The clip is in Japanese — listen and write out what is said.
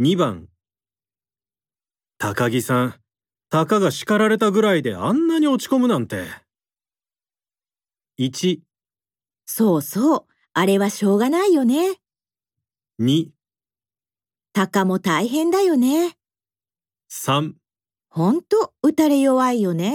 2番高木さん、たかが叱られたぐらいであんなに落ち込むなんて。1、そうそう、あれはしょうがないよね。 2、タカも大変だよね。 3ほんと、打たれ弱いよね。